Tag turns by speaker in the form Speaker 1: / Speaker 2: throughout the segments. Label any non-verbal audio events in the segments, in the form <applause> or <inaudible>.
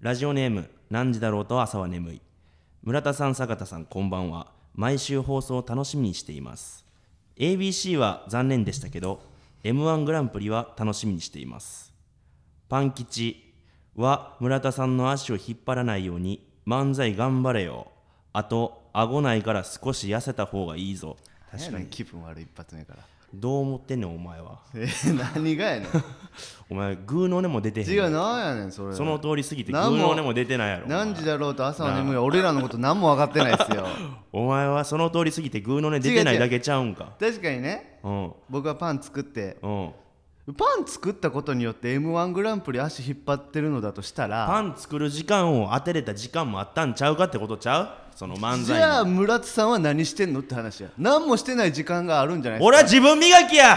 Speaker 1: ラジオネーム何時だろうと朝は眠い村田さん坂田さんこんばんは毎週放送を楽しみにしています ABC は残念でしたけど m 1グランプリは楽しみにしていますパン吉は村田さんの足を引っ張らないように漫才頑張れよあと顎ないから少し痩せた方がいいぞ
Speaker 2: 確かに気分悪い一発目から
Speaker 1: どう思ってんねんお前は
Speaker 2: え何がや <laughs> ねん
Speaker 1: お前グーの音も出てへん
Speaker 2: 違うなんやねんそれ
Speaker 1: その通り過ぎてグー
Speaker 2: 何も
Speaker 1: の音も出てないやろお前
Speaker 2: 何時だろうと朝は眠い俺らのこと何も分かってないですよ
Speaker 1: お前はその通り過ぎてグーの音出てないだけちゃうんか
Speaker 2: <laughs> 確かにね
Speaker 1: うん
Speaker 2: 僕はパン作って
Speaker 1: うん
Speaker 2: パン作ったことによって m 1グランプリ足引っ張ってるのだとしたら
Speaker 1: パン作る時間を当てれた時間もあったんちゃうかってことちゃうその漫
Speaker 2: じ
Speaker 1: 才
Speaker 2: ゃ
Speaker 1: に
Speaker 2: あ村津さんは何してんのって話や何もしてない時間があるんじゃないですか
Speaker 1: 俺は自分磨きや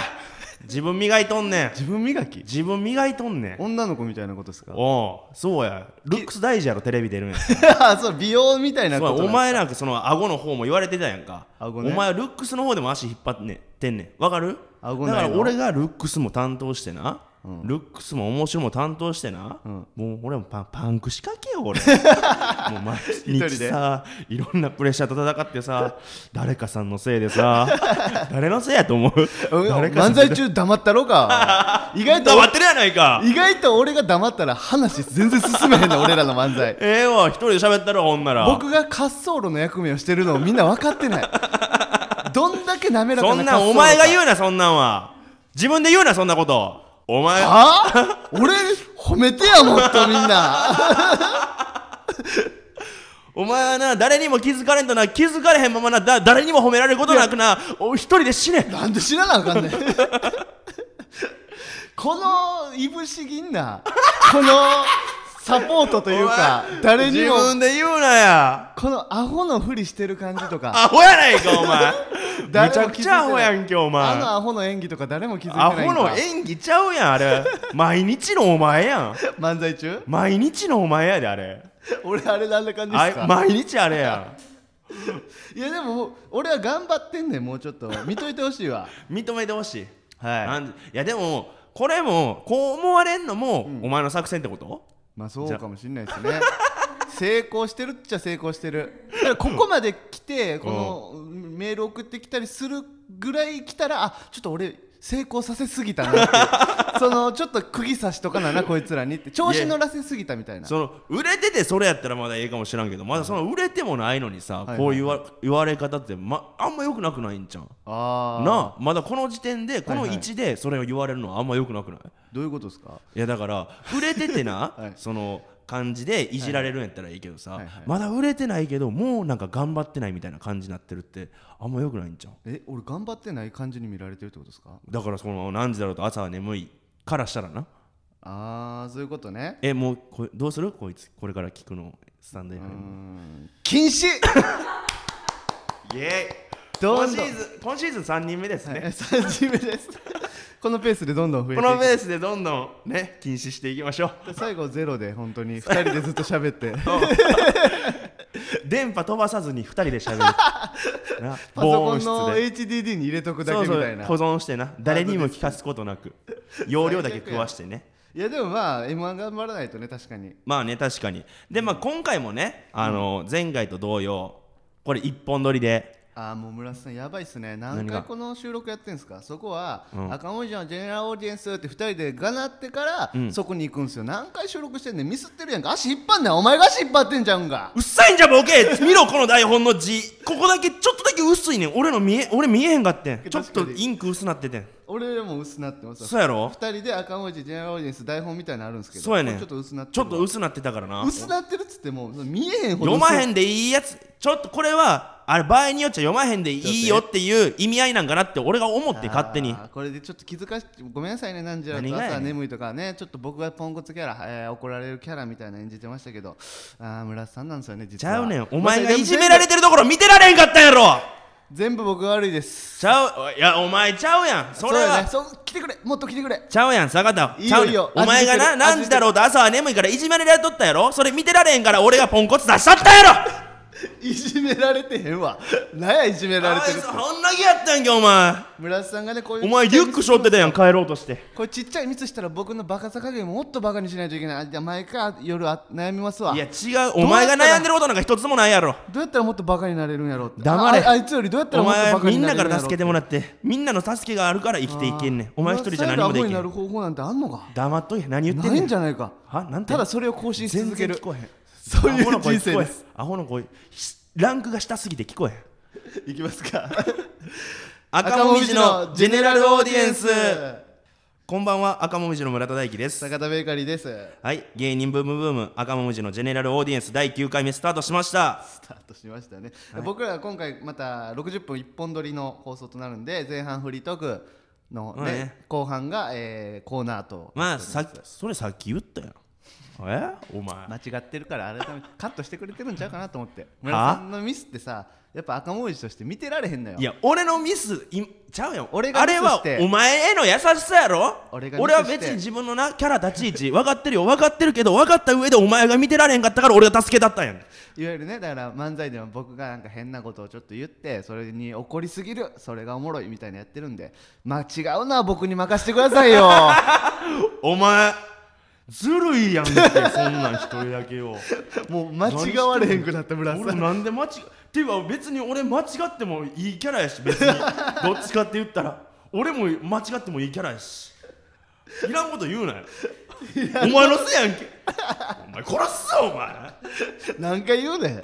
Speaker 1: 自分磨いとんねん
Speaker 2: 自分
Speaker 1: <laughs>
Speaker 2: 磨き
Speaker 1: 自分磨いとんねん
Speaker 2: 女の子みたいなことですか <laughs>
Speaker 1: おうそうやルックス大事やろテレビ出るんや
Speaker 2: そう美容みたいな
Speaker 1: そう
Speaker 2: こ
Speaker 1: や
Speaker 2: となん
Speaker 1: お前なんかその顎の方も言われてたやんか、
Speaker 2: 顎
Speaker 1: お
Speaker 2: ね
Speaker 1: 前はルックスの方でも足引っ張ってんねんわかる
Speaker 2: 顎
Speaker 1: だ
Speaker 2: ない
Speaker 1: か
Speaker 2: の
Speaker 1: ら俺がルックスも担当してな、ルックスも面白も担当してな、もう俺もパンパンク仕掛けよ
Speaker 2: <laughs>
Speaker 1: 俺もう毎
Speaker 2: 一
Speaker 1: 日
Speaker 2: 人で
Speaker 1: さいろんなプレッシャーと戦ってさ誰かさんのせいでさ
Speaker 2: <laughs>
Speaker 1: 誰のせいやと思う
Speaker 2: うん
Speaker 1: 誰かさん
Speaker 2: 漫才中黙った
Speaker 1: <laughs>
Speaker 2: ろか意外と
Speaker 1: 黙ってるやないか
Speaker 2: 意外と俺が黙ったら話全然進めへんの俺らの漫才
Speaker 1: ええわ一人で喋ったろほんなら
Speaker 2: 僕が滑走路の役目をしてるのをみんな分かってない
Speaker 1: <laughs>
Speaker 2: どんだけ滑らかな
Speaker 1: そんなんお前が言うなそんなんは自分で言うなそんなことお前
Speaker 2: あ俺褒めてやもっとみんな <laughs>
Speaker 1: お前はな誰にも気づかれんとな気づかれへんままなだ誰にも褒められることなくなお一人で死ね
Speaker 2: なんで知らなあかん <laughs> ねんこのいぶし銀なこのサポートというか
Speaker 1: お前
Speaker 2: 誰にも
Speaker 1: 自分で言うなや
Speaker 2: このアホのふりしてる感じとか
Speaker 1: アホやないかお前
Speaker 2: <laughs> 誰
Speaker 1: めち
Speaker 2: も
Speaker 1: ゃくちゃアホやんけお前
Speaker 2: あのアホの演技とか誰も気づいて
Speaker 1: ア
Speaker 2: ないん
Speaker 1: ホ
Speaker 2: か
Speaker 1: の演技ちゃうやんあれ毎日のお前やん
Speaker 2: 漫才中
Speaker 1: 毎日のお前やであれ
Speaker 2: <laughs> 俺あれなんな感じで
Speaker 1: あ
Speaker 2: すか、
Speaker 1: 毎日あれや
Speaker 2: いやでも俺は頑張ってんねんもうちょっと見といてほしい <laughs> わ
Speaker 1: ん認めてほしいな
Speaker 2: は
Speaker 1: んいやでもこれもこう思われんのも、お前の作戦ってこと
Speaker 2: いまあそうかもしんないですね成功してるっちゃ成功してるだからここまで来てこのメール送ってきたりするぐらい来たらあちょっと俺成功させすぎたな <laughs> っていうそのちょっと釘刺しとかななこいつらにって調子乗らせすぎたみたいな
Speaker 1: その売れててそれやったらまだええかもしらんけどまだその売れてもないのにさ、
Speaker 2: はい
Speaker 1: こういうわ言われ方って、ま、あんま良くなくないんじゃん
Speaker 2: ああ
Speaker 1: なあまだこの時点でこの位置でそれを言われるのはあんま良くなくない、い
Speaker 2: どういうことですか
Speaker 1: やだから売れててな、
Speaker 2: <laughs> はい
Speaker 1: その感じでいじられるんやったらいいけどさ、
Speaker 2: はいはい
Speaker 1: まだ売れてないけどもうなんか頑張ってないみたいな感じになってるってあんま良くないんじゃん
Speaker 2: え俺頑張ってない感じに見られてるってことですか
Speaker 1: だからその何時だろうと朝は眠いからしたらな
Speaker 2: ああそういうことね
Speaker 1: えもうこどうするこいつこれから聞くのスタンド FM
Speaker 2: 禁止
Speaker 1: イエーイ
Speaker 2: ど
Speaker 1: 今
Speaker 2: ん
Speaker 1: シ
Speaker 2: どん
Speaker 1: ーズン今シーズン3人目ですね、
Speaker 2: 3人目です <laughs> このペースでどんどん増え
Speaker 1: こ
Speaker 2: てい
Speaker 1: の
Speaker 2: く
Speaker 1: ペースでどんどんね禁止していきまし
Speaker 2: <laughs>
Speaker 1: ょう
Speaker 2: 最後ゼロで本当に2人でずっと喋って
Speaker 1: <laughs> 電波飛ばさずに2人でしゃべるな
Speaker 2: <laughs> パソコン
Speaker 1: 防
Speaker 2: の
Speaker 1: 音室で
Speaker 2: HDD に入れとくだ
Speaker 1: そ
Speaker 2: けみ
Speaker 1: うそう
Speaker 2: たいな
Speaker 1: 保存してな誰にも聞かすことなく容量だけ食わしてね
Speaker 2: いやでもまあ m 1頑張らないとね確かに
Speaker 1: まあね確かにでまあ今回もねあの前回と同様これ一本撮りで
Speaker 2: ああもう村瀬さんやばいっすね
Speaker 1: が
Speaker 2: 何回この収録やってんすかそこは、
Speaker 1: うん
Speaker 2: 赤文字のジェネラルオーディエンスって2人でがなってから、
Speaker 1: ん
Speaker 2: そこに行くんすよ何回収録してんねんミスってるやんか足引っ張んねんお前が足引っ張ってんじゃうんか
Speaker 1: うっさいんじゃボケ見ろこの台本の字ここだけちょっとだけ薄いねん俺の見え俺見えへんかってんちょっとインク薄なっててん
Speaker 2: 俺も薄なってますわ
Speaker 1: そうやろ
Speaker 2: 二人で赤文字ジェネラルオーディエンス台本みたいなのあるんですけど
Speaker 1: そうやねん
Speaker 2: ちょっと薄なってる
Speaker 1: ちょっと薄なってたからな
Speaker 2: 薄なってるっつってもその見えへんほど
Speaker 1: 読まへ
Speaker 2: ん
Speaker 1: んでいいやつちょっとこれはあれ場合によっちゃ読まへんでいいよっていう意味合いなんかなって俺が思って勝手に
Speaker 2: これでちょっと気づかしごめんなさいねなんじゃ
Speaker 1: 何がやねん
Speaker 2: 朝眠いとかねちょっと僕がポンコツキャラ、えー怒られるキャラみたいなの演じてましたけどあー村瀬さんなんですよね
Speaker 1: ち
Speaker 2: 実は
Speaker 1: ゃうねんお
Speaker 2: ごめ
Speaker 1: 前
Speaker 2: んな
Speaker 1: が
Speaker 2: さ
Speaker 1: いじめられてるところ見てられへんかったんやろ
Speaker 2: 全部全部僕が悪いです
Speaker 1: ちゃういやお前ちゃうやんそれ
Speaker 2: うだ
Speaker 1: は
Speaker 2: ねそう来てくれもっと来てくれ
Speaker 1: ちゃうやん坂田
Speaker 2: いいよ
Speaker 1: ちゃうね
Speaker 2: いい
Speaker 1: ん
Speaker 2: よ
Speaker 1: お前が
Speaker 2: 味見して
Speaker 1: な
Speaker 2: る
Speaker 1: 何時だろうと朝は眠いからいじめられとったやろそれ見てられへんから俺がポンコツ出しちゃったやろ
Speaker 2: いじめられてへんわなんやいじめられ
Speaker 1: あ
Speaker 2: て
Speaker 1: い
Speaker 2: る
Speaker 1: つ
Speaker 2: って
Speaker 1: ほんなけやったんけお前
Speaker 2: 村瀬さんがねこういう
Speaker 1: お前リュック背負ってたやん帰ろうとして
Speaker 2: これちっちゃいミスしたら僕のバカさ加減ももっとバカにしないといけないあ前から夜あ悩みますわ
Speaker 1: いや違うお前が悩んでることなんか一つもないやろ
Speaker 2: どうやったらもっとバカになれるんやろって
Speaker 1: 黙れ
Speaker 2: ああいつよりどうやったら
Speaker 1: お
Speaker 2: もっと
Speaker 1: 前
Speaker 2: バカ
Speaker 1: み
Speaker 2: に
Speaker 1: ん
Speaker 2: なれ
Speaker 1: な
Speaker 2: るんや
Speaker 1: から
Speaker 2: ろ
Speaker 1: 助けてもらってみんなの助けがあるから生きていけんねんお前一人じゃ何もでき
Speaker 2: ん
Speaker 1: へ
Speaker 2: なる
Speaker 1: ん
Speaker 2: 方法なんてあんのか
Speaker 1: 黙っとけ何言って
Speaker 2: なん
Speaker 1: ね
Speaker 2: い
Speaker 1: ん
Speaker 2: んじゃないか
Speaker 1: はなんて
Speaker 2: ただそれを更新し
Speaker 1: 全
Speaker 2: 続け
Speaker 1: 然
Speaker 2: る
Speaker 1: 聞こえへん
Speaker 2: そういう
Speaker 1: アホの声
Speaker 2: 人生です
Speaker 1: 聞こえへんアホの声ひランクが下すぎて聞こえへん
Speaker 2: いきますか
Speaker 1: <laughs> 赤もみじのジェネラルオーディエンスこんばんは赤もみじの村田大樹です
Speaker 2: 坂田ベーカリーですス
Speaker 1: はい芸人ブームブーム赤もみじのジェネラルオーディエンス第9回目スタートしました
Speaker 2: タートしましたね、僕らは今回また60分一本撮りの放送となるんで前半フリートークの、ね
Speaker 1: まあね
Speaker 2: 後半が、えーコーナーと
Speaker 1: まあさっきそれさっき言ったやんえお前
Speaker 2: 間違ってるから改めてカットしてくれてるんちゃうかなと思って村田さんのミスってさやっぱ赤文字として見てられへんのよ
Speaker 1: いや俺のミスいちゃうやん
Speaker 2: 俺が
Speaker 1: あれは
Speaker 2: ミスして
Speaker 1: お前への優しさやろ
Speaker 2: 俺がミスして
Speaker 1: は別に自分のなキャラ立ち位置分かってるよ分かってるけど分かった上でお前が見てられへんかったから俺が助けだったんやん
Speaker 2: いわゆるねだから漫才でも僕がなんか変なことをちょっと言ってそれに怒りすぎるそれがおもろいみたいなやってるんでまあ違うのは僕に任せてくださ
Speaker 1: <laughs>
Speaker 2: いよ
Speaker 1: お前ずるいやんってそんなん一人だけを
Speaker 2: もう間違われへんくなった村瀬さ
Speaker 1: 俺
Speaker 2: ん
Speaker 1: なんで間違っていうか別に俺間違ってもいいキャラやし別に <laughs> どっちかって言ったら俺も間違ってもいいキャラやしいらんこと言うなよお前のせいやんけお前殺すぞお前
Speaker 2: 何回言うねん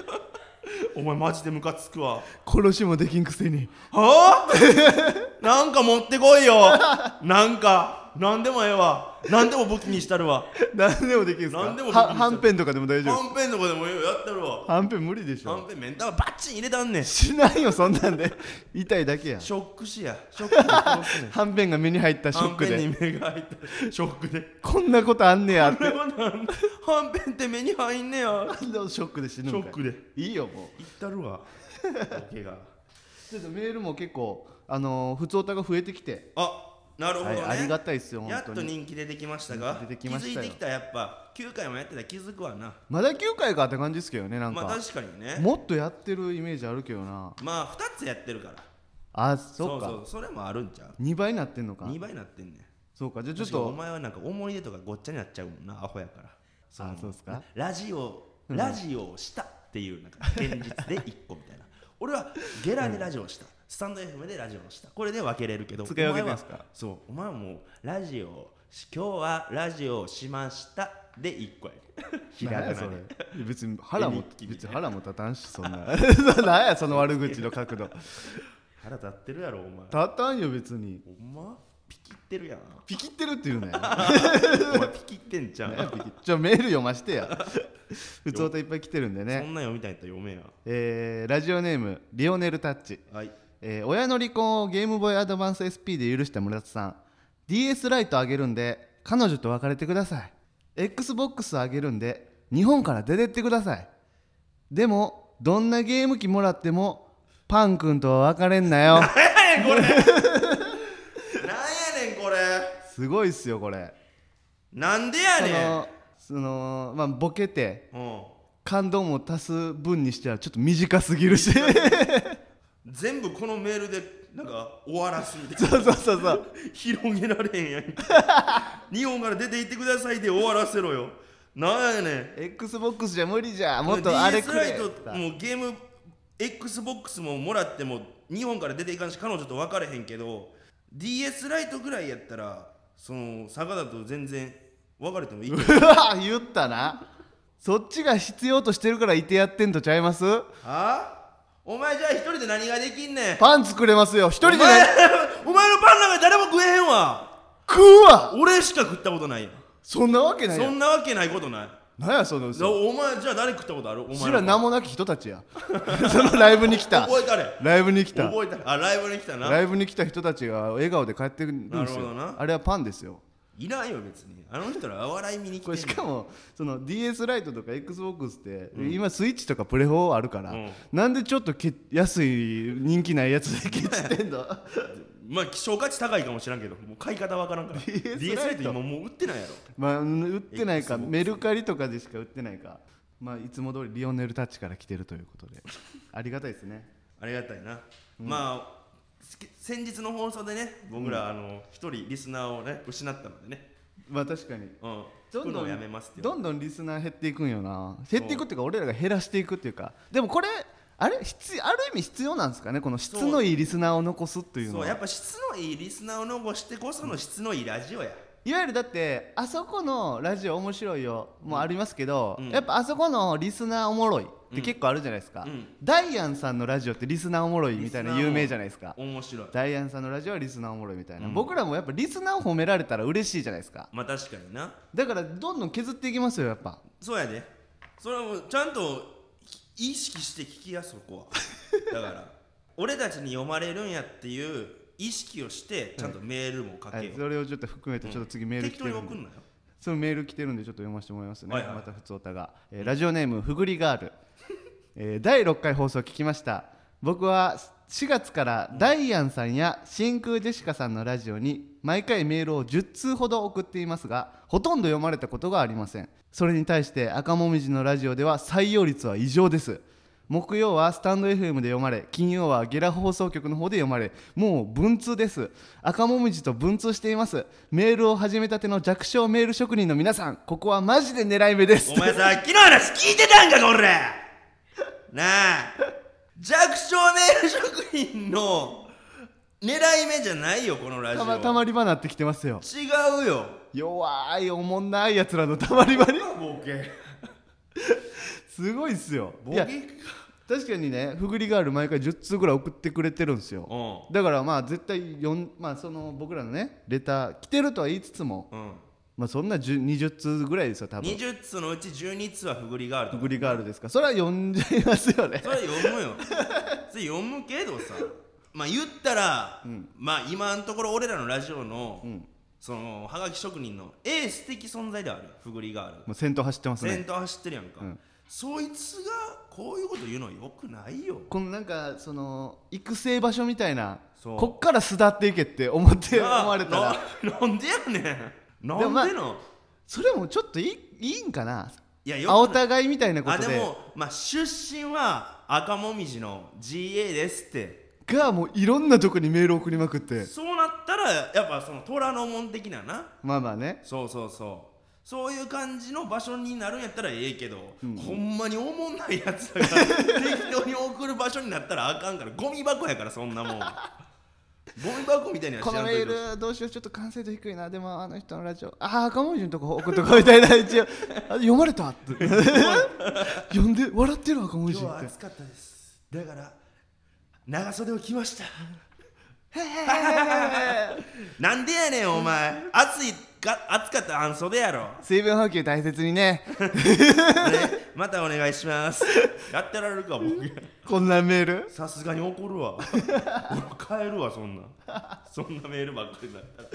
Speaker 1: お前マジでムカつくわ
Speaker 2: 殺しもできんく
Speaker 1: <laughs>
Speaker 2: せに
Speaker 1: はあなんか持ってこいよなんかなんでもええわなんでも武器にしたるわ
Speaker 2: 何でもできるんすか
Speaker 1: 何でもできるんです
Speaker 2: は
Speaker 1: よ
Speaker 2: はんぺんとかでも大丈
Speaker 1: は
Speaker 2: 夫
Speaker 1: んぺんとかでもええよやったるわ
Speaker 2: はんぺん無理でし
Speaker 1: は
Speaker 2: ょ
Speaker 1: んぺんメンタルバッチン入れたんねんシ
Speaker 2: しないよそんなんで痛いだけやん
Speaker 1: ョック死やショックで殺 <laughs> すねん
Speaker 2: はんぺんが目に入ったシ
Speaker 1: は
Speaker 2: ョ
Speaker 1: ん
Speaker 2: ック
Speaker 1: ぺん
Speaker 2: で
Speaker 1: に目が入ったショックで
Speaker 2: こんなことあんねやっ
Speaker 1: こ
Speaker 2: て
Speaker 1: れはなんだはんぺんって目に入んねや
Speaker 2: なんでショックで死ぬ
Speaker 1: シ
Speaker 2: んかい
Speaker 1: ョックで
Speaker 2: いいよもう
Speaker 1: いったるわボケが
Speaker 2: ちょっとメールも結構あのー、普通オタが増えてきて、
Speaker 1: あなるほど
Speaker 2: は
Speaker 1: ね、
Speaker 2: い、ありがたいですよ
Speaker 1: や
Speaker 2: 本
Speaker 1: っ
Speaker 2: 当
Speaker 1: と
Speaker 2: に
Speaker 1: 人気出てきましたが
Speaker 2: 出てきました
Speaker 1: 気
Speaker 2: よ
Speaker 1: づいてきたやっぱ9回もやってたら気づくわな
Speaker 2: まだ9回かって感じですけどねなんか,、
Speaker 1: まあ確かにね
Speaker 2: もっとやってるイメージあるけどな
Speaker 1: まあ2つやってるから
Speaker 2: あそっ
Speaker 1: う
Speaker 2: か
Speaker 1: うそれもあるんちゃう
Speaker 2: 二2倍になってんのか
Speaker 1: 2倍になってんねん
Speaker 2: そうかじゃあち
Speaker 1: ち
Speaker 2: ょ
Speaker 1: ょ
Speaker 2: っ
Speaker 1: っとお
Speaker 2: と
Speaker 1: 前はなんか思い出とかごっちゃになっちゃうもんなアホやから
Speaker 2: あそうっすか
Speaker 1: ラジオラジオをしたっていうなんか現実で1個み
Speaker 2: <laughs>
Speaker 1: たいな俺はゲラでラジオをした、スタンド FM でラジオをしたこれで分けれるけど
Speaker 2: 使い分けてんすか
Speaker 1: お前はそうお前はもうラジオをし今日はラジオをしましたで1個やねひらがなで
Speaker 2: <laughs> なんやそれ別に腹
Speaker 1: 絵
Speaker 2: も
Speaker 1: 日記みたいな
Speaker 2: 別に腹も立たんしそん <laughs> ななんやその悪口の角度
Speaker 1: 腹立ってるやろお前
Speaker 2: 立たんよ別に
Speaker 1: ほんまピキって
Speaker 2: <laughs>
Speaker 1: るやん
Speaker 2: ピキってるって言うなよ
Speaker 1: お前ピキってんじゃん、
Speaker 2: なんやピキじゃあメール <laughs> 読ましてや普通オタいっぱい来てるんで
Speaker 1: そ
Speaker 2: ね
Speaker 1: んなん読みたいんやったら読めや
Speaker 2: えー、ラジオネームリオネルタッチ
Speaker 1: はい
Speaker 2: えー親の離婚をゲームボーイアドバンス SP で許した村田さん DS ライトあげるんで彼女と別れてください XBOX あげるんで日本から出てってくださいでもどんなゲーム機もらってもパン君とは別れんな
Speaker 1: <laughs>
Speaker 2: よ
Speaker 1: やねんこ
Speaker 2: <laughs>
Speaker 1: れなんやねんこれ
Speaker 2: すごいっすよこれ
Speaker 1: なんでや
Speaker 2: そ
Speaker 1: ねん
Speaker 2: のそのまあボケて
Speaker 1: うん
Speaker 2: 感動も足す分にしてはちょっと短すぎ
Speaker 1: <laughs>
Speaker 2: るし
Speaker 1: 全部このメールでなんか終わらすみたいな
Speaker 2: そうそうそうそう
Speaker 1: 広げられへんや
Speaker 2: <laughs>
Speaker 1: んけ日本から出て行ってくださいで終わらせろよなんやねん
Speaker 2: XBOX じゃ無理じゃもっとあれ
Speaker 1: DS
Speaker 2: く
Speaker 1: ラ
Speaker 2: れ
Speaker 1: イトもうゲーム XBOX ももらっても日本から出ていかんし彼女と別れへんけど DS ライトぐらいやったらその坂田と全然別れてもいいけ
Speaker 2: <laughs>
Speaker 1: ど
Speaker 2: うわ言ったなそっちが必要としてるからいてやってんとちゃいます
Speaker 1: はあお前じゃあ一人で何ができんねん
Speaker 2: パン作れますよ一人で
Speaker 1: お前
Speaker 2: ね
Speaker 1: お前のパンなんか誰も食えへんわ
Speaker 2: 食うわ
Speaker 1: 俺しか食ったことないやん
Speaker 2: そんなわけないや
Speaker 1: そ
Speaker 2: ん
Speaker 1: んなわけないことない
Speaker 2: なんやその嘘
Speaker 1: お前じゃあ誰食ったことあるお前
Speaker 2: 知ら名もなき人たちや <laughs> そのライブに来た
Speaker 1: 覚えたれ
Speaker 2: ライブに来た
Speaker 1: 覚えたれあライブに来たな
Speaker 2: ライブに来た人たちが笑顔で帰ってくるんです
Speaker 1: なる
Speaker 2: よ
Speaker 1: ほどな
Speaker 2: あれはパンですよ
Speaker 1: いないよ別にあの人らお笑い見に来
Speaker 2: こ
Speaker 1: てん
Speaker 2: れし
Speaker 1: ねん
Speaker 2: かもその DS ライトとか XBOX って、今スイッチとかプレフォーあるから、
Speaker 1: うん
Speaker 2: なんでちょっとけ安い人気ないやつでケチってんの
Speaker 1: まあ希少価値高いかもしらんけどもう買い方わからん
Speaker 2: <laughs>
Speaker 1: から DS ライト今もう売ってないやろ
Speaker 2: まあ、うん売ってないか
Speaker 1: Xbox
Speaker 2: メルカリとかでしか売ってないかまあ、いつも通りリオネルタッチから来てるということでありがたいですね
Speaker 1: ありがたいな、まあすき先日の放送でね僕らあの一人リスナーをね失ったのでね
Speaker 2: まあ確かに
Speaker 1: うん
Speaker 2: どん
Speaker 1: 作る
Speaker 2: ど
Speaker 1: の
Speaker 2: ん
Speaker 1: やめますって言わ
Speaker 2: どんどんリスナー減っていくんよな減っていくっていうか俺らが減らしていくっていうかでもこれあれ必ある意味必要なんですかねこの質のいいリスナーを残すって
Speaker 1: れ
Speaker 2: い
Speaker 1: て
Speaker 2: う
Speaker 1: そ
Speaker 2: の
Speaker 1: う
Speaker 2: は
Speaker 1: やっぱ質のいいリスナーを残してこその質のいいラジオや
Speaker 2: いわゆるだってあそこのラジオ面白いよもありますけど、
Speaker 1: うん
Speaker 2: やっぱあそこのリスナーおもろいって結構あるじゃないですか、
Speaker 1: うん
Speaker 2: ダイアンさんのラジオってリスナーおもろいみたいな有名じゃないですか
Speaker 1: 面白い
Speaker 2: ダイアンさんのラジオはリスナーおもろいみたいな、
Speaker 1: うん
Speaker 2: 僕らもやっぱリスナーを褒められたら嬉しいじゃないですか
Speaker 1: まあ確かにな
Speaker 2: だからどんどん削っていきますよやっぱ
Speaker 1: そうやでそれはもうちゃんと意識して聞きやそこ
Speaker 2: <laughs>
Speaker 1: はだから俺たちに読まれるんやっていう意識をしてちゃんとメールも書けよ、
Speaker 2: はいそれをちょっと含めてちょっと次メール
Speaker 1: 適
Speaker 2: 来て
Speaker 1: 当に
Speaker 2: る
Speaker 1: 送ん
Speaker 2: んで、
Speaker 1: なよ
Speaker 2: そのメール来てるんでちょっと読ませてもらいますね、
Speaker 1: はいはい
Speaker 2: またふつおたが、えーラジオネームふぐりガール、えー第6回放送聞きました僕は4月からダイアンさんや真空ジェシカさんのラジオに毎回メールを10通ほど送っていますがほとんど読まれたことがありませんそれに対して赤もみじのラジオでは採用率は異常です木曜はスタンド FM で読まれ金曜はゲラ放送局の方で読まれもう文通です赤もみじと文通していますメールを始めたての弱小メール職人の皆さんここはマジで狙い目です
Speaker 1: お前さっきの話聞いてたんかこれなあ弱小メール職人の狙い目じゃないよこのラジオ
Speaker 2: たまたまり場なってきてますよ
Speaker 1: 違うよ
Speaker 2: 弱いおもんないやつらのたまり場に
Speaker 1: ボケ
Speaker 2: すごいっすよ
Speaker 1: ボ
Speaker 2: い
Speaker 1: ケか
Speaker 2: や確かにねふぐりガール毎回10通ぐらい送ってくれてるんですよ
Speaker 1: う
Speaker 2: だからまあ絶対よん、まあ、その僕らのねレター来てるとは言いつつも、
Speaker 1: ん、うん、
Speaker 2: まあ、そんな10 20通ぐらいですよ多分
Speaker 1: 20通のうち12通はふぐりがあると
Speaker 2: ふ
Speaker 1: 思う
Speaker 2: ぐりガールですかそれは読んじゃいますよね
Speaker 1: それ読むよ <laughs> それ読むけどさまあ言ったら、まあ今のところ俺らのラジオの、そのはがき職人のエース的存在であるふぐりがある
Speaker 2: もう先頭走ってます
Speaker 1: 先
Speaker 2: ね
Speaker 1: 頭走ってるやんか、
Speaker 2: うん
Speaker 1: そいつがこういうこと言うのはよくないよ
Speaker 2: このなんかその育成場所みたいな
Speaker 1: そう
Speaker 2: こっから巣立っていけって思って <laughs> 思
Speaker 1: なあ
Speaker 2: われたら
Speaker 1: ななんでやねんなん
Speaker 2: で
Speaker 1: で
Speaker 2: もまあ
Speaker 1: の
Speaker 2: それもちょっといいいいんかない
Speaker 1: やよく
Speaker 2: あお互いみたいなこ
Speaker 1: あ
Speaker 2: と
Speaker 1: で
Speaker 2: で
Speaker 1: もまあ出身は赤もみじの GA ですって
Speaker 2: がもういろんなとこにメール送りまくって
Speaker 1: そうなったらやっぱその虎ノ門的なな
Speaker 2: まあまあね
Speaker 1: そうそうそうそういう感じの場所になるんやったらええけど、ほんまにおもんないや <laughs> つらが適当に送る場所になったらあかんからゴミ箱やからそんなもんゴミ箱みたいには
Speaker 2: こ
Speaker 1: 知ら
Speaker 2: の
Speaker 1: ん
Speaker 2: メ
Speaker 1: といてほしい
Speaker 2: ールどうしようちょっと完成度低いなでもあの人のラジオああ赤文字のとこ送っとこうみた
Speaker 1: <laughs>
Speaker 2: いな一応あ読まれたって呼んで笑ってる赤文
Speaker 1: 今
Speaker 2: 字
Speaker 1: 日
Speaker 2: っ
Speaker 1: は
Speaker 2: て
Speaker 1: 暑かったですだから長袖を着ましたなんでやねんお前暑いか暑かったら半袖やろ、ね、
Speaker 2: <laughs> 水分補給大切にね
Speaker 1: またお願いしますやってられるかも
Speaker 2: こんなメール
Speaker 1: さすがに怒る
Speaker 2: <laughs>
Speaker 1: わ俺帰るわそんなそんなメールばっかりになったらい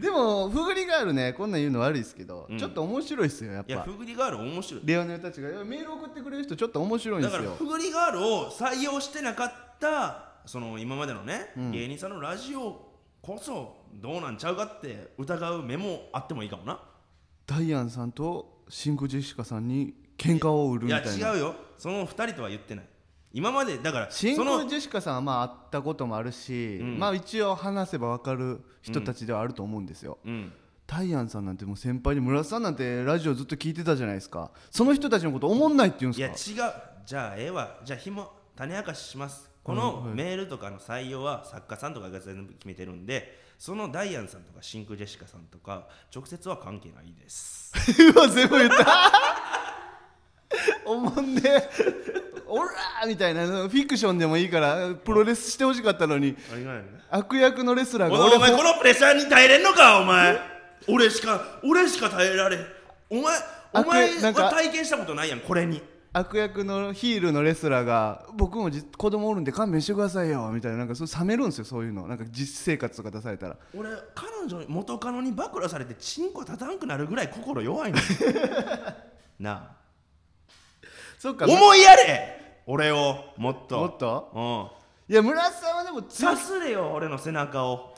Speaker 2: でもふぐりガールねこんなん言うの悪いですけど、
Speaker 1: うん
Speaker 2: ちょっと面白いっすよやっ
Speaker 1: や
Speaker 2: ぱ
Speaker 1: ふぐりガール面白い
Speaker 2: レオネルたちがいやメール送ってくれる人ちょっと面白いん
Speaker 1: だ
Speaker 2: です
Speaker 1: から
Speaker 2: よ
Speaker 1: ふぐりガールを採用してなかったその今までのね、芸人さんのラジオこそどうなんちゃうかって疑う目もあってもいいかもな
Speaker 2: ダイアンさんとシンクジェシカさんに喧嘩を売
Speaker 1: い
Speaker 2: るみた
Speaker 1: や
Speaker 2: いな
Speaker 1: 違うよその2人とは言ってない今までだから
Speaker 2: シン
Speaker 1: そ
Speaker 2: ク
Speaker 1: の
Speaker 2: ジェシカさんはまあ会ったこともあるし、まあ一応話せば分かる人たちではあると思うんですよ、
Speaker 1: うん
Speaker 2: ダイアンさんなんてもう先輩に村田さんなんてラジオずっと聞いてたじゃないですかその人たちのこと思んないって言うん
Speaker 1: いや違
Speaker 2: で
Speaker 1: う
Speaker 2: すか
Speaker 1: じゃあええわじゃあ日も種明かししますこのメールとかの採用は作家さんとかが全部決めてるんでそのダイアンさんとかシンクジェシカさんとか直接は関係ないです
Speaker 2: うわ全部言った
Speaker 1: <laughs>
Speaker 2: おもんでオラーみたいなフィクションでもいいからプロレスしてほしかったのに
Speaker 1: あれがやね
Speaker 2: 悪役のレスラー
Speaker 1: お
Speaker 2: が
Speaker 1: 前
Speaker 2: 俺
Speaker 1: お前
Speaker 2: ほ
Speaker 1: このプレッシャーに耐えれんのかお前俺しか俺しか耐えられんお前お
Speaker 2: あこれ
Speaker 1: 前
Speaker 2: なんか
Speaker 1: は体験したことないやんこれに
Speaker 2: 悪役のヒールのレスラーが僕もじ子供おるんで勘弁してくださいよみたいななんかそう冷めるんですよそういうのなんか実生活とか出されたら
Speaker 1: 俺彼女に元カノに暴露されてチンコ立たんくなるぐらい心弱
Speaker 2: <laughs>
Speaker 1: いのな
Speaker 2: そっか
Speaker 1: あ思いやれ俺をもっと
Speaker 2: もっと
Speaker 1: う
Speaker 2: いや村瀬さんはでも
Speaker 1: んさすれよ俺の背中
Speaker 2: <laughs>
Speaker 1: を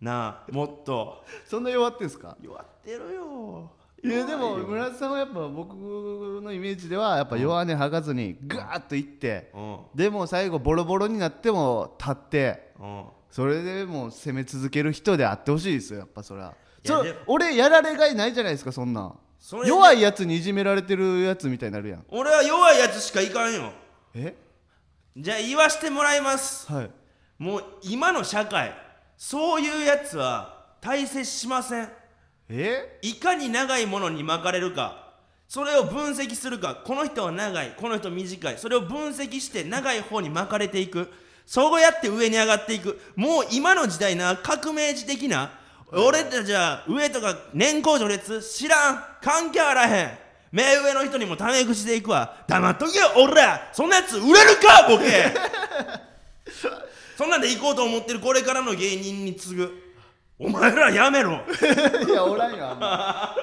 Speaker 1: なあもっと
Speaker 2: そんな弱ってんすか
Speaker 1: 弱ってるよ
Speaker 2: いやでも村田さんはやっぱ僕のイメージではやっぱ弱音吐かずにガーッといって
Speaker 1: うん
Speaker 2: でも最後ボロボロになっても立って
Speaker 1: うん
Speaker 2: それでも攻め続ける人であってほしいですよやっぱそれはい
Speaker 1: や
Speaker 2: そ
Speaker 1: で
Speaker 2: れ
Speaker 1: も
Speaker 2: 俺やられがいないじゃないですかそんなん
Speaker 1: それ
Speaker 2: 弱いやつにいじめられてるやつみたいになるやん
Speaker 1: 俺は弱いやつしかいかんよ
Speaker 2: え
Speaker 1: じゃあ言わしてもらいます
Speaker 2: はい
Speaker 1: もう今の社会そういうやつは大切しません
Speaker 2: え <laughs>
Speaker 1: いかに長いものに巻かれるかそれを分析するかこの人は長いこの人短いそれを分析して長い方に巻かれていくそうやって上に上がっていくもう今の時代な革命児的な俺たちは上とか年功序列知らん関係あらへん目上の人にもタメ口でいくわ黙っとけよ俺らそんなやつ売れるかボケそんなんで行こうと思ってるこれからの芸人に次ぐお前らやめろ
Speaker 2: いやおらんよあんま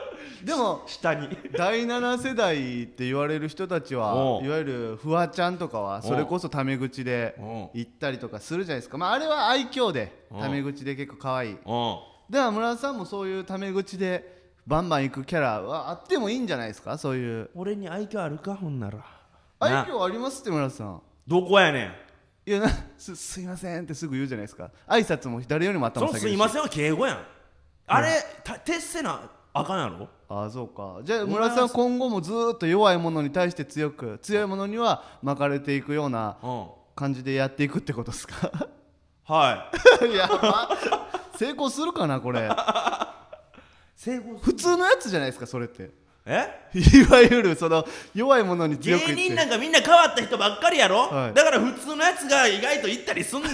Speaker 2: <laughs> でも
Speaker 1: 下に
Speaker 2: 第7世代って言われる人たちは
Speaker 1: おう
Speaker 2: いわゆるフワちゃんとかはそれこそタメ口で
Speaker 1: おう
Speaker 2: 行ったりとかするじゃないですか、まあ、あれは愛嬌で
Speaker 1: おう
Speaker 2: タメ口で結構可愛い
Speaker 1: うん
Speaker 2: では村田さんもそういうタメ口でバンバン行くキャラはあってもいいんじゃないですかそういう
Speaker 1: 俺に愛嬌あるかほんなら
Speaker 2: 愛
Speaker 1: な
Speaker 2: 嬌ありますって村田さん
Speaker 1: どこやねん
Speaker 2: いやなすすいませんってすぐ言うじゃないですか挨拶も誰よりも
Speaker 1: そ
Speaker 2: 頭
Speaker 1: の
Speaker 2: 下げるし
Speaker 1: すいませんは敬語やんあれた徹せなあかんやろ
Speaker 2: ああそうかじゃあ村田さんは今後もずーっと弱いものに対して強く強いものには巻かれていくような
Speaker 1: う
Speaker 2: 感じでやっていくってことですか
Speaker 1: んはい
Speaker 2: <laughs> やば成功するかなこれ
Speaker 1: 成功
Speaker 2: 普通のやつじゃないですかそれって
Speaker 1: え
Speaker 2: <laughs> いわゆるその弱いものに強く
Speaker 1: 芸
Speaker 2: 言って
Speaker 1: 人なんかみんな変わった人ばっかりやろ、
Speaker 2: はい
Speaker 1: だから普通のやつが意外と言ったりすん <laughs> ねん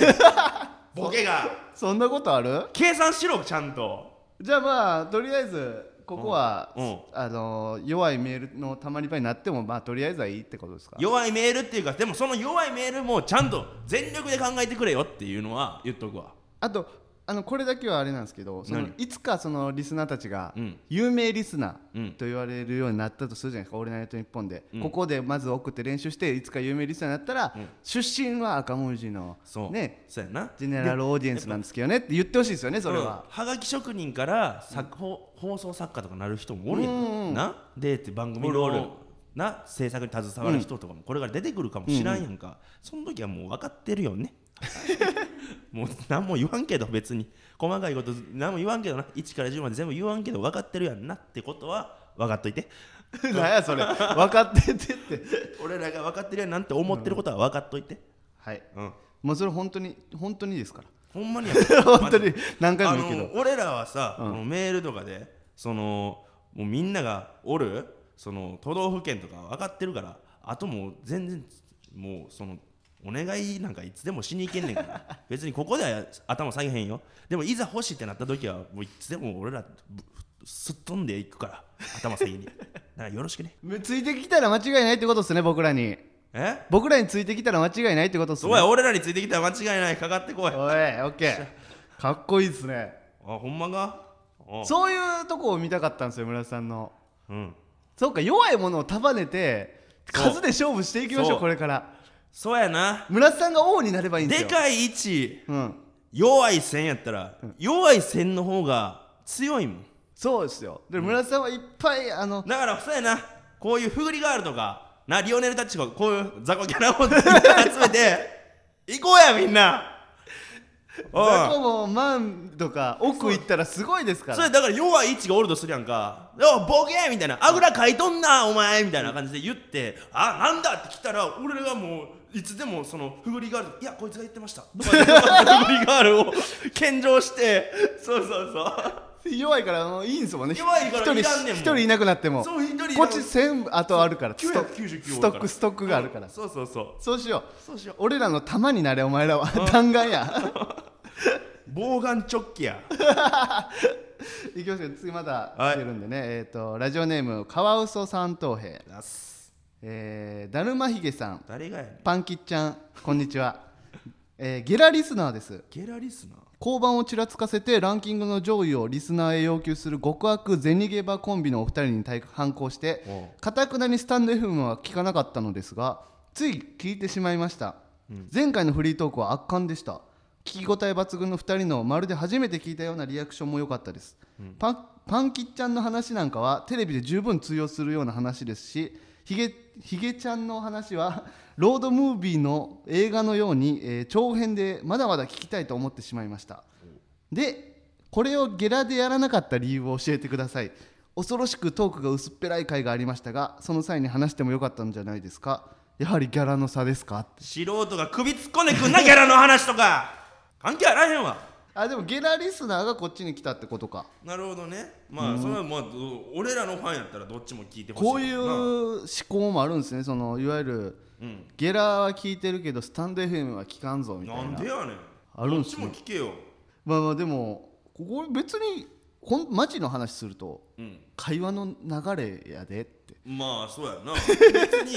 Speaker 1: ボケが
Speaker 2: そんなことある
Speaker 1: 計算しろちゃんと
Speaker 2: じゃあまあとりあえずここは、
Speaker 1: うんうん
Speaker 2: あのー弱いメールのたまり場になってもまあとりあえずはいいってことですか
Speaker 1: 弱いメールっていうかでもその弱いメールもちゃんと全力で考えてくれよっていうのは言っとくわ
Speaker 2: あとあのこれだけはあれなんですけどその
Speaker 1: 何
Speaker 2: いつかそのリスナーたちが
Speaker 1: うん
Speaker 2: 有名リスナ
Speaker 1: うん
Speaker 2: ーと言われるようになったとするじゃないですか「オールナイトニッポン」で、ここでまず送って練習していつか有名リスナーになったら、出身は赤文字の
Speaker 1: そう
Speaker 2: ね
Speaker 1: そうやな
Speaker 2: ジェネラルオーディエンスなんですけどねって言ってほしいですよねそれは
Speaker 1: う、ん、
Speaker 2: <laughs>
Speaker 1: はがき職人から作、放放送作家とかなる人もおるやん,、なでって番組の
Speaker 2: おるおる
Speaker 1: な制作に携わる人とかもこれから出てくるかもしらんやんか、その時はもう分かってるよ <laughs> ねもう何も言わんけど別に細かいこと何も言わんけどな1から10まで全部言わんけど分かってるやんなってことは分かっといて
Speaker 2: なんやそれ分かっててって
Speaker 1: 俺らが分かってるやんなんて思ってることは分かっといて、
Speaker 2: はい
Speaker 1: うん、
Speaker 2: もうそれ本当に本当にですか
Speaker 1: ほんまにや
Speaker 2: ら <laughs> 本当に何回
Speaker 1: あ
Speaker 2: も言うけど、
Speaker 1: の俺らはさ、このメールとかでそのもうみんながおるその都道府県とか分かってるからあともう全然もうそのお願いなんかいつでもしに行けんねんから
Speaker 2: <laughs>
Speaker 1: 別にここでは頭下げへんよでもいざ欲しいってなった時はもういつでも俺らぶすっ飛んでいくから頭下げ
Speaker 2: <laughs>
Speaker 1: にだからよろしくね
Speaker 2: ついてきたら間違いないってことですね僕らに
Speaker 1: え
Speaker 2: 僕らについてきたら間違いないってことです
Speaker 1: そ
Speaker 2: ね
Speaker 1: うや俺らについてきたら間違いないかかってこいあ
Speaker 2: おい、オッケー。かっこいいですね。
Speaker 1: ほんまかあ
Speaker 2: そういうとこを見たかったんですよ、村田さんの。
Speaker 1: うん
Speaker 2: そうか、弱いものを束ねて、
Speaker 1: そう
Speaker 2: 数で勝負していきまし
Speaker 1: そ
Speaker 2: ょ
Speaker 1: う
Speaker 2: う、これから。
Speaker 1: そうやな
Speaker 2: 村田さんが王になればいいんです
Speaker 1: で
Speaker 2: よ。
Speaker 1: かい位置
Speaker 2: うん。
Speaker 1: 弱い線やったら、弱い線の方が強いもん
Speaker 2: そうですよ。で、村田さんはいっぱい、あの、
Speaker 1: だからそうやなこういうフグリガールとかなリオネルたちがこういう雑魚キャラを集めて
Speaker 2: <laughs>
Speaker 1: 行こうやみんなお
Speaker 2: ザコ
Speaker 1: い
Speaker 2: も万とか奥行ったらすごいですか
Speaker 1: それ
Speaker 2: ら。
Speaker 1: だから弱い位置がおるとするやんか「おボケ!」みたいな「あぐらかいとんなお前!」みたいな感じで言って「あなんだ!」って来たら俺がもういつでもそのフグリガール「いやこいつが言ってました」とか
Speaker 2: <laughs>
Speaker 1: でフグリガールを献上してそうそうそう。
Speaker 2: 弱いから、もういいんですもんね。
Speaker 1: 弱いから
Speaker 2: 一
Speaker 1: いらん
Speaker 2: 人
Speaker 1: ねんもん
Speaker 2: 一人いなくなっても。
Speaker 1: そう一人いらん
Speaker 2: こっち千あとあるから。スト
Speaker 1: 999
Speaker 2: ストック、ストックがあるから。
Speaker 1: そうそうそ
Speaker 2: そうしよ
Speaker 1: うそうしよ
Speaker 2: う。俺らの玉になれ、お前らは。弾丸や。
Speaker 1: う防眼チョッキや
Speaker 2: いきますよ次まだ
Speaker 1: はい
Speaker 2: 来てるんでね、えー、とラジオネームカワウソ三等兵、えー、だるまひげさん
Speaker 1: 誰がやねん
Speaker 2: パンキッちゃんこんにちは、 <laughs> えーゲラリスナーです
Speaker 1: ゲラリスナー
Speaker 2: 交番をちらつかせてランキングの上位をリスナーへ要求する極悪ゼニゲバコンビのお二人に対反抗して
Speaker 1: おう
Speaker 2: かたくなにスタンド FM は聞かなかったのですがつい聞いてしまいました、前回のフリートークは圧巻でした聞き応え抜群の2人のまるで初めて聞いたようなリアクションも良かったです、パンパンキッちゃんの話なんかはテレビで十分通用するような話ですしヒゲヒゲちゃんの話は <laughs> ロードムービーの映画のように、えー長編でまだまだ聞きたいと思ってしまいましたでこれをゲラでやらなかった理由を教えてください恐ろしくトークが薄っぺらい回がありましたがその際に話してもよかったんじゃないですかやはりギャラの差ですか
Speaker 1: 素人が首突っ込んでくんなギャラの話と
Speaker 2: <laughs>
Speaker 1: か関係あらへんわ
Speaker 2: あでもゲラリスナーがこっちに来たってことか
Speaker 1: なるほどねまあ、それはまあど俺らのファンやったらどっちも聞いてほしい
Speaker 2: こうい
Speaker 1: け
Speaker 2: う
Speaker 1: どな
Speaker 2: 思考もあるんですねそのいわゆる、
Speaker 1: ん
Speaker 2: ゲラは聞いてるけどスタンド FM は聞かんぞみたいな
Speaker 1: なんでやねん
Speaker 2: あるん
Speaker 1: どっ
Speaker 2: す
Speaker 1: ち
Speaker 2: ね
Speaker 1: も聞けよ
Speaker 2: まあまあでもここ別にほんマジの話すると
Speaker 1: うん
Speaker 2: 会話の流れやでって
Speaker 1: まあそうや
Speaker 2: <laughs>
Speaker 1: な別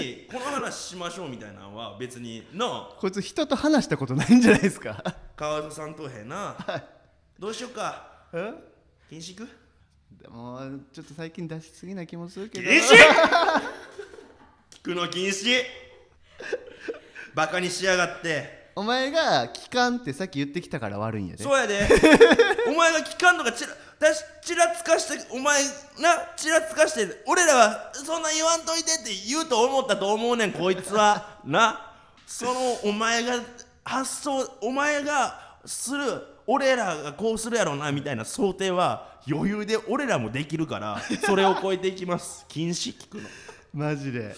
Speaker 1: にこの話しましょうみたいなのは別になあ
Speaker 2: こいつ人と話したことないんじゃないですか
Speaker 1: 川田さんとへなどうしようか
Speaker 2: <laughs> え
Speaker 1: 禁止行く
Speaker 2: でもちょっと最近出しすぎな気もするけ
Speaker 1: 禁
Speaker 2: ど
Speaker 1: 止聞くの禁 <laughs> 止バカにしやがって
Speaker 2: お前が「聞かん」ってさっき言ってきたから悪いんやで
Speaker 1: そうやでお前が聞かんのかちらだしちらつかしてお前なちらつかして俺らはそんな言わんといてって言うと思ったと思うねんこいつ <laughs> はなそのお前が発想お前がする俺らがこうするやろなみたいな想定は余裕で俺らもできるからそれを超えていきます <laughs> 禁止聞くの
Speaker 2: マジで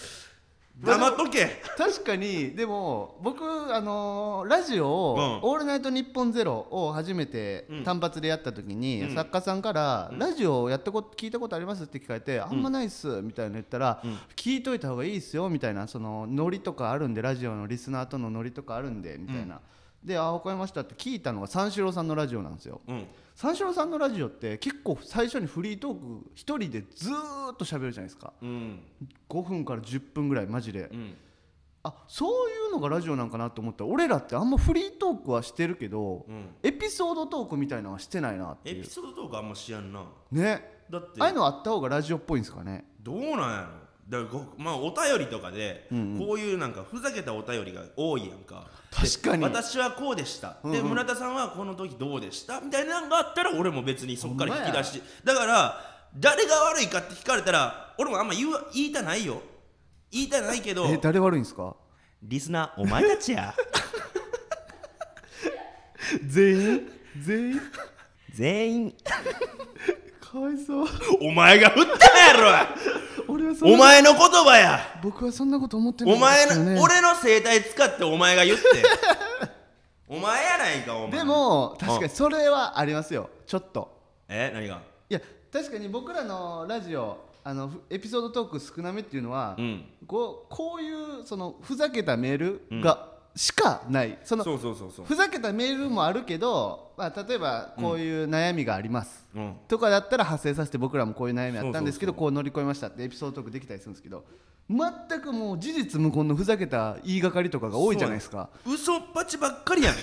Speaker 1: 黙っとけ
Speaker 2: 確かにでも僕あのーラジオを
Speaker 1: うん
Speaker 2: 「オールナイトニッポンゼロを初めて
Speaker 1: うん
Speaker 2: 単発でやった時に、
Speaker 1: うん
Speaker 2: 作家さんから、ラジオやったこと聞いたことあります?」って聞かれて「あんまないっす」みたいなの言ったら、聞いといた方がいいっすよ」みたいなそのノリとかあるんでラジオのリスナーとのノリとかあるんでみたいな、で「あ分かりました」って聞いたのが三四郎さんのラジオなんですよ。
Speaker 1: うん
Speaker 2: 三四郎さんのラジオって結構最初にフリートーク一人でずーっと喋るじゃないですか
Speaker 1: うん
Speaker 2: 5分から10分ぐらいマジで
Speaker 1: うん
Speaker 2: あそういうのがラジオなんかなと思ったら俺らってあんまフリートークはしてるけど、
Speaker 1: うん
Speaker 2: エピソードトークみたいなのはしてないなって
Speaker 1: エ
Speaker 2: いう
Speaker 1: ピソードとかあんましやんな
Speaker 2: ね
Speaker 1: だって
Speaker 2: ああいうのあった方がラジオっぽいんですかね
Speaker 1: どうなんやろだからこまあお便りとかで、こういうなんかふざけたお便りが多いやんか
Speaker 2: 確かに
Speaker 1: で私はこうでした、
Speaker 2: うんうん
Speaker 1: で村田さんはこの時どうでしたみたいなのがあったら俺も別にそっから
Speaker 2: ほんま
Speaker 1: 引
Speaker 2: や
Speaker 1: き出しだから誰が悪いかって聞かれたら俺もあんま言う言いたないよ言いたないけど
Speaker 2: え誰悪いんですか
Speaker 1: リスナーお前たち
Speaker 2: <laughs>
Speaker 1: や
Speaker 2: 全員全員
Speaker 1: 全員
Speaker 2: かわいそう
Speaker 1: お前が振ったや
Speaker 2: 俺はそん
Speaker 1: ろ
Speaker 2: な
Speaker 1: お前の言葉や
Speaker 2: 僕はそんなこと思ってない
Speaker 1: お前
Speaker 2: ですよね
Speaker 1: の俺の声帯使ってお前が
Speaker 2: <laughs>
Speaker 1: 言ってお前やないかお前
Speaker 2: でも確かにそれはありますよちょっと
Speaker 1: え何が
Speaker 2: いや確かに僕らのラジオあのふエピソードトーク少なめっていうのは、
Speaker 1: うん
Speaker 2: こうこういうそのふざけたメールが、しかないその
Speaker 1: そうそうそうそう
Speaker 2: ふざけたメールもあるけど、まあ、例えばこういう悩みがあります、
Speaker 1: うん
Speaker 2: とかだったら派生させて僕らもこういう悩みあったんですけど
Speaker 1: そうそうそう
Speaker 2: こう乗り越えましたってエピソードトークできたりするんですけど全くもう事実無根のふざけた言いがかりとかが多いじゃないですか
Speaker 1: 嘘っぱちばっかり
Speaker 2: <laughs>
Speaker 1: やんで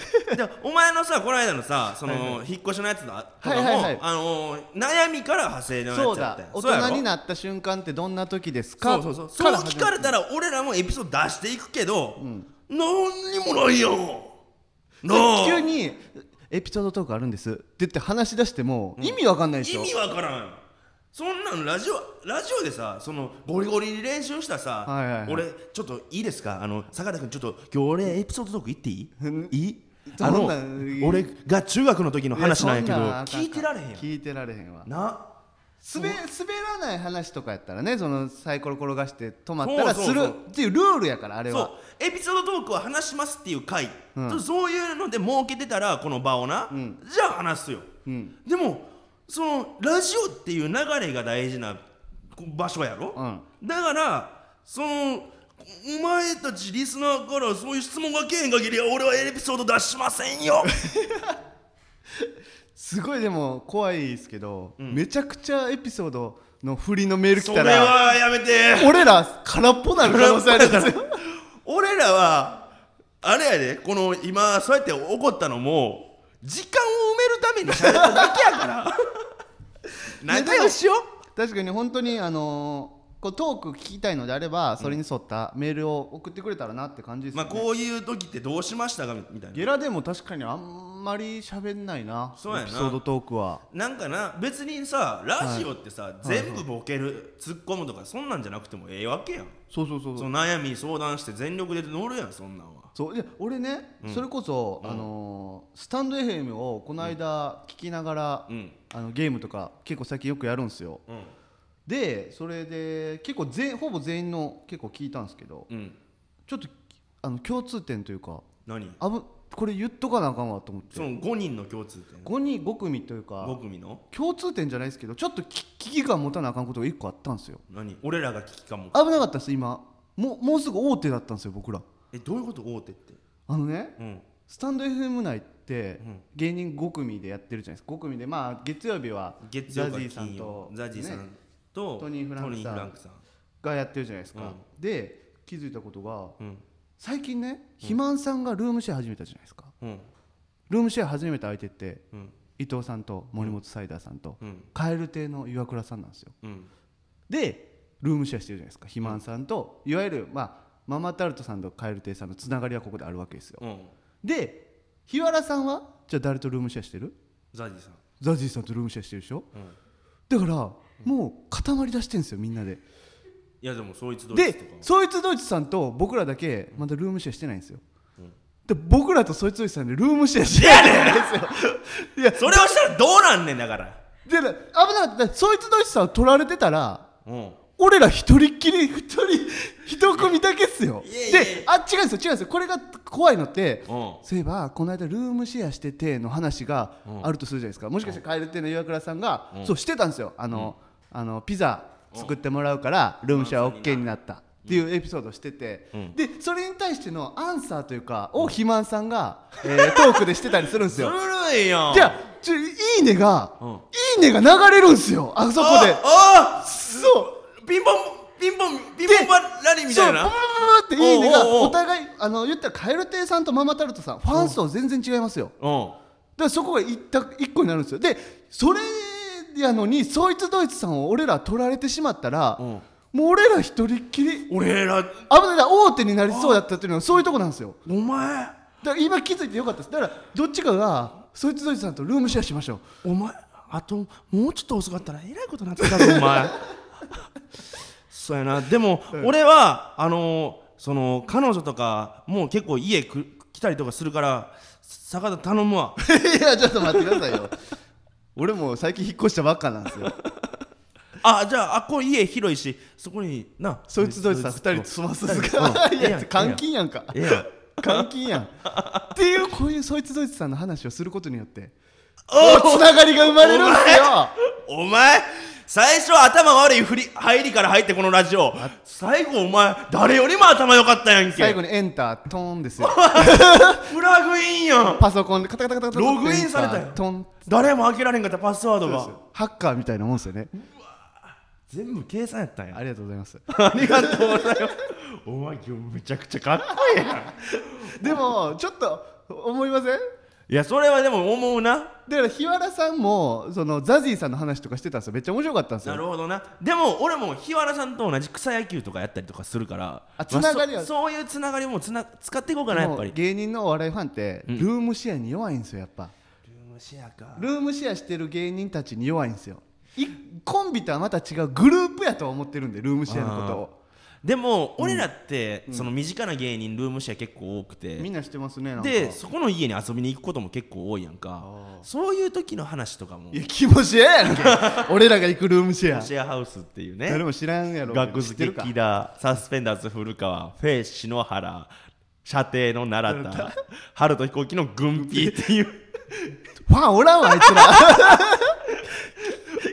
Speaker 1: お前のさこの間のさその、引っ越しのやつだとかも、
Speaker 2: はいはいはい
Speaker 1: あのー悩みから派生のやつや
Speaker 2: そ
Speaker 1: っ
Speaker 2: う
Speaker 1: たや
Speaker 2: だ
Speaker 1: ん
Speaker 2: 大
Speaker 1: やろ
Speaker 2: 人になった瞬間ってどんな時ですか
Speaker 1: そうそうそう
Speaker 2: か
Speaker 1: そう
Speaker 2: ら始
Speaker 1: 聞
Speaker 2: ま
Speaker 1: か
Speaker 2: る
Speaker 1: れたら俺らもエピソード出していくけど、何にもないやんなあ
Speaker 2: 急に「エピソードトークあるんです」って言って話し出しても意味わかんないでし
Speaker 1: 意
Speaker 2: ょ、
Speaker 1: 味わからんそんなんラジオラジオでさそのゴリゴリに練習したさ、
Speaker 2: はいはいはい
Speaker 1: 俺ちょっといいですかあの坂田君ちょっと今日俺エピソードトーク言っていい
Speaker 2: うん
Speaker 1: いい
Speaker 2: そ
Speaker 1: あ
Speaker 2: ん
Speaker 1: の
Speaker 2: なん
Speaker 1: 俺が中学の時の話なんやけど
Speaker 2: いやそん
Speaker 1: 聞いてられへんやん
Speaker 2: 聞いてられへんわ
Speaker 1: な
Speaker 2: 滑滑らない話とかやったらねそのサイコロ転がして止まったら
Speaker 1: そう
Speaker 2: す
Speaker 1: そう
Speaker 2: る
Speaker 1: そう
Speaker 2: っていうルールやからあれ
Speaker 1: そう
Speaker 2: は
Speaker 1: エピソードトークは話しますっていう回、
Speaker 2: うん
Speaker 1: そうそういうので設けてたらこの場をな、
Speaker 2: ん
Speaker 1: じゃあ話すよ、
Speaker 2: うん
Speaker 1: でもそのラジオっていう流れが大事な場所やろ、
Speaker 2: う
Speaker 1: だからそのお前たちリスナーからそういう質問がけえへん限りは俺はエピソード出しませんよ
Speaker 2: すごいでも怖いですけど、めちゃくちゃエピソードの振りのメール
Speaker 1: そ
Speaker 2: <laughs> 来
Speaker 1: れ
Speaker 2: たら
Speaker 1: はやめて
Speaker 2: 俺ら空っぽなる可能性あるんです
Speaker 1: <laughs>
Speaker 2: よ
Speaker 1: 俺らはあれやでこの今そうやって怒ったのも時間を埋めるために喋っただけや <laughs> から仲良しよ
Speaker 2: 確かに本当にあのーこうトーク聞きたいのであればそれに沿ったメールを送ってくれたらなって感じです
Speaker 1: ま
Speaker 2: よ
Speaker 1: あ
Speaker 2: ね、
Speaker 1: こういう時ってどうしましたかみたいな
Speaker 2: ゲラでも確かにあんんまり喋んないな
Speaker 1: そうやな
Speaker 2: エピソードトークは
Speaker 1: なんかな別にさラジオってさ、全部ボケる突っ込むとかそんなんじゃなくてもええわけやん
Speaker 2: そうそうそうそ
Speaker 1: そうの悩み相談して全力で乗るやんそんなんは
Speaker 2: そういや俺ね、それこそ、あのースタンド FM をこの間聞きながら、
Speaker 1: うん
Speaker 2: あのゲームとか結構最近よくやるんですよ
Speaker 1: うん
Speaker 2: でそれで結構全ほぼ全員の結構聞いたんですけど
Speaker 1: うん
Speaker 2: ちょっとあの共通点というか
Speaker 1: 何
Speaker 2: あぶこれ言っとかなあかんわと思って
Speaker 1: その5人の共通点
Speaker 2: 5人5組というか
Speaker 1: 5組の
Speaker 2: 共通点じゃないですけどちょっとき危機感持たなあかんことが1個あったんですよ
Speaker 1: 何俺らが危機感も
Speaker 2: 危なかったです今もうもうすぐ大手だったんですよ僕ら
Speaker 1: えどういうこと大手って
Speaker 2: あのね
Speaker 1: うん
Speaker 2: スタンド FM 内って芸人5組でやってるじゃないですか5組でまあ月曜日は
Speaker 1: 月曜か
Speaker 2: ザジーさん
Speaker 1: 金
Speaker 2: と
Speaker 1: 曜ザジーさ
Speaker 2: ね
Speaker 1: んと
Speaker 2: トニーフランクさん
Speaker 1: トニーフランクさん
Speaker 2: がやってるじゃないです
Speaker 1: う
Speaker 2: か
Speaker 1: ん
Speaker 2: で気づいたことが
Speaker 1: うん
Speaker 2: 最近ね肥満さんがルームシェア始めたじゃないですか
Speaker 1: うん
Speaker 2: ルームシェア始めた相手って
Speaker 1: うん
Speaker 2: 伊藤さんと森本サイダーさんと
Speaker 1: うん
Speaker 2: 蛙亭の岩倉さんなんですよ
Speaker 1: うん
Speaker 2: でルームシェアしてるじゃないですか肥満さんといわゆる、まあ、ママタルトさんと蛙亭さんのつながりはここであるわけですよ
Speaker 1: うん
Speaker 2: で日原さんはじゃあ誰とルームシェアしてる
Speaker 1: ザジーさん
Speaker 2: ザジーさんとルームシェアしてるでしょ
Speaker 1: うん
Speaker 2: だからもう固まりだしてんですよみんなで
Speaker 1: いやでもそいつどいつと
Speaker 2: で
Speaker 1: か
Speaker 2: そいつドイツさんと僕らだけまだルームシェアしてないんですよ、
Speaker 1: うん
Speaker 2: で僕らとそいつドイツさんでルームシェアしてないんですよ
Speaker 1: <laughs>
Speaker 2: いや
Speaker 1: それをしたらどうなんねんだから
Speaker 2: でな危なかったそいつドイツさんを取られてたら
Speaker 1: うん
Speaker 2: 俺ら一人っきり一人一組だけっすよ
Speaker 1: いやいやいや
Speaker 2: であ違うんですよ違うんですよこれが怖いのって
Speaker 1: うん
Speaker 2: そういえばこの間ルームシェアしてての話が
Speaker 1: うん
Speaker 2: あるとするじゃないですかもしかして蛙亭の岩倉さんが
Speaker 1: うん
Speaker 2: そうしてたんですよあのあのピザ作ってもらうからルームシェア OK になったっていうエピソードをしてて
Speaker 1: うん
Speaker 2: でそれに対してのアンサーというかを肥満さんがえートークでしてたりするんです
Speaker 1: ず
Speaker 2: よ
Speaker 1: るいやん
Speaker 2: じゃあちょいいねが
Speaker 1: うん
Speaker 2: いいねが流れるんですよあそこで
Speaker 1: ああ
Speaker 2: そう
Speaker 1: ピンポンピンポンピンポンバラリーみたいな
Speaker 2: そうブブブブブっていいね
Speaker 1: おう
Speaker 2: が
Speaker 1: おうおう
Speaker 2: お互いあの言ったら蛙亭さんとママタルトさんファン層全然違いますよ
Speaker 1: うん
Speaker 2: だからそこが一択一個になるんですよでそれやのにそいつドイツさんを俺ら取られてしまったら、
Speaker 1: うん
Speaker 2: もう俺ら一人っきり
Speaker 1: 俺ら
Speaker 2: 危ないな大手になりそうだったっていうのはそういうとこなんですよ
Speaker 1: お前
Speaker 2: だから今気づいてよかったですだからどっちかがそいつドイツさんとルームシェアしましょう
Speaker 1: お前あともうちょっと遅かったらえらいことなって
Speaker 2: <laughs>
Speaker 1: たぞお前そうやなでも、俺はあのーその彼女とかもう結構家く来たりとかするから坂田頼むわ
Speaker 2: <laughs> いやちょっと待ってくださいよ俺も最近引っ越したばっかなんですよ
Speaker 1: あじゃああっこ家広いしそこにな
Speaker 2: そいつドイツさん2人
Speaker 1: と
Speaker 2: 住ますか
Speaker 1: うん
Speaker 2: い
Speaker 1: ええや
Speaker 2: や
Speaker 1: ん
Speaker 2: 監禁やんか
Speaker 1: ええやん
Speaker 2: 監禁やんっていうこういうそいつドイツさんの話をすることによっておつながりが生まれるんですよ
Speaker 1: お前最初頭悪い振り入りから入ってこのラジオ最後お前誰よりも頭良かったやんけ
Speaker 2: 最後にエンタートーンですよ
Speaker 1: プラグインやん
Speaker 2: パソコンでカタカタカタカタ
Speaker 1: ログインされたよ
Speaker 2: エンタートーン
Speaker 1: 誰も開けられんかったパスワードが
Speaker 2: ハッカーみたいなもんですよね
Speaker 1: 全部計算やったんや
Speaker 2: ありがとうございます
Speaker 1: ありがとうございます。お前今日めちゃくちゃかっこいいやん。
Speaker 2: でもちょっと思いません
Speaker 1: いやそれはでも思うな。
Speaker 2: だから日原さんもそのザジーさんの話とかしてたんですよめっちゃ面白かったんです
Speaker 1: な
Speaker 2: よ
Speaker 1: るほどな。でも俺も日原さんと同じ草野球とかやったりとかするから。
Speaker 2: あつながり
Speaker 1: ま
Speaker 2: は
Speaker 1: あそそういうつながりもつな使っていこうかなやっぱり。
Speaker 2: もう
Speaker 1: ル
Speaker 2: 芸人のお笑いファンってルームシェアに弱いんですよやっぱ
Speaker 1: ームシェアか。
Speaker 2: ルームシェアしてる芸人たちに弱いんですよいコンビとはまた違うグループやとは思ってるんでルームシェアのことを
Speaker 1: でも俺らって、その身近な芸人ルームシェア結構多くて。
Speaker 2: みんなしてますねなんか
Speaker 1: でそこの家に遊びに行くことも結構多いやんかそういう時の話とかも
Speaker 2: いや気持ちええ
Speaker 1: <laughs>
Speaker 2: やんけ俺らが行くルームシェア
Speaker 1: シェアハウスっていうね
Speaker 2: 誰も知らんやろうけど
Speaker 1: 学
Speaker 2: 知っ
Speaker 1: 付
Speaker 2: て
Speaker 1: け
Speaker 2: るか
Speaker 1: 木田サスペンダーズ古川フェイ篠原射程の奈良田春と飛行機の軍 <laughs> ピーっていう
Speaker 2: ファンおらんわあいつら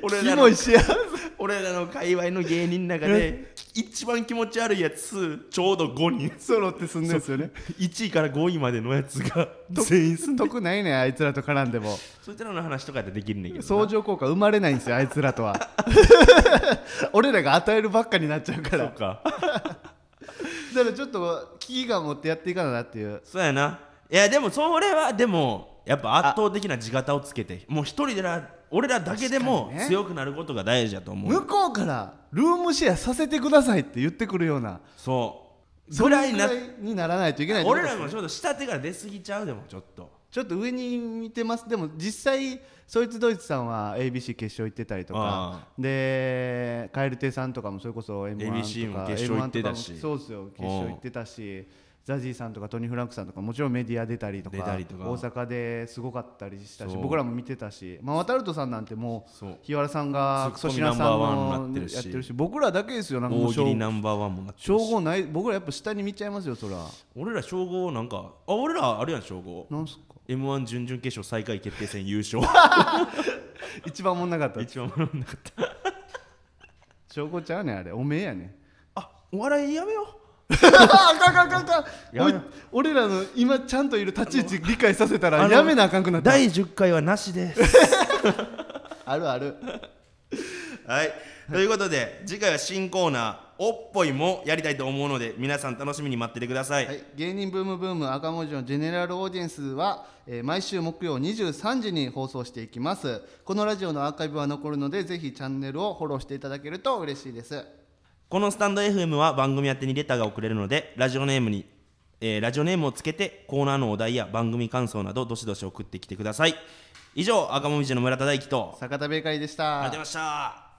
Speaker 1: 俺
Speaker 2: キ
Speaker 1: ら
Speaker 2: モ
Speaker 1: の
Speaker 2: いシェア
Speaker 1: 俺らの界隈の芸人の中で <laughs> 一番気持ち悪いやつちょうど5人
Speaker 2: 揃ってすんねんすよね
Speaker 1: 1位から5位までのやつが全員住んで
Speaker 2: 得ないねんあいつらと絡んでも
Speaker 1: <laughs> そいつらの話とかやってできるねんけど
Speaker 2: 相乗効果生まれないんですよあいつ
Speaker 1: <laughs>
Speaker 2: らとは <laughs> 俺らが与えるばっかになっちゃうか
Speaker 1: そ
Speaker 2: ら
Speaker 1: うか
Speaker 2: だからちょっと危機感持ってやっていかななっていう
Speaker 1: <laughs> そうやないやでもそれはでもやっぱ圧倒的な地形をつけてもう一人でら俺らだけでも
Speaker 2: 確かにね
Speaker 1: 強くなることが大事だと思う
Speaker 2: 向こうからルームシェアさせてくださいって言ってくるような
Speaker 1: そう
Speaker 2: そ
Speaker 1: ぐ
Speaker 2: れ
Speaker 1: らい
Speaker 2: ぐ
Speaker 1: な
Speaker 2: らいにならないといけないってこと
Speaker 1: 俺
Speaker 2: です
Speaker 1: らもちょっと下手から出過ぎちゃうでもちょっと
Speaker 2: ちょっと上に見てますでも実際そいつドイツさんは ABC 決勝行ってたりとか
Speaker 1: あ
Speaker 2: で蛙亭さんとかもそれこそ m 1
Speaker 1: ABC
Speaker 2: とか
Speaker 1: も決勝行ってた
Speaker 2: M1 と
Speaker 1: し
Speaker 2: かもそうですよ決勝行ってたしザジーさんとかトニー・フランクさんとかもちろんメディア出たりとか
Speaker 1: 出たりとか
Speaker 2: 大阪ですごかったりしたし
Speaker 1: そう
Speaker 2: 僕らも見てたし、まあ、渡るとさんなんてもう
Speaker 1: そう
Speaker 2: 日原さんが
Speaker 1: ツッコ
Speaker 2: 粗
Speaker 1: ミ
Speaker 2: 品さん
Speaker 1: ナンバーワン
Speaker 2: の
Speaker 1: になってるし
Speaker 2: やってるし僕らだけですよなんかもう
Speaker 1: 大喜利
Speaker 2: 称
Speaker 1: ナンバーワンもなってる
Speaker 2: 称
Speaker 1: し
Speaker 2: 号ない僕らやっぱ下に見ちゃいますよそら
Speaker 1: 俺ら称号なんかあ俺らあるやん称号
Speaker 2: なんすか
Speaker 1: m 1準々決勝最下位決定戦優 <laughs> 勝
Speaker 2: 一番おもんなかった
Speaker 1: 一番おもろいなかった
Speaker 2: 証拠ちゃうねんあれおめえやねん
Speaker 1: あお笑いやめよう
Speaker 2: あかんあかんあかんあかん
Speaker 1: やめろ
Speaker 2: おい俺らの今ちゃんといる立ち位置理解させたら
Speaker 1: あの
Speaker 2: やめなあかんくなった
Speaker 1: 第10回 <laughs> はなしです
Speaker 2: あるある
Speaker 1: はいということで次回は新コーナー「おっぽい」もやりたいと思うので皆さん楽しみに待っててください、
Speaker 2: はい、芸人ブームブーム赤文字のジェネラルオーディエンスは、えー毎週木曜23時に放送していきますこのラジオのアーカイブは残るのでぜひチャンネルをフォローしていただけると嬉しいです
Speaker 1: このスタンド FM は番組宛てにレターが送れるのでラジオネームに、えーラジオネームをつけてコーナーのお題や番組感想などどしどし送ってきてください以上赤もみじの村田大樹と
Speaker 2: 坂田ベーカリーでし
Speaker 1: あ
Speaker 2: た
Speaker 1: りがとうございました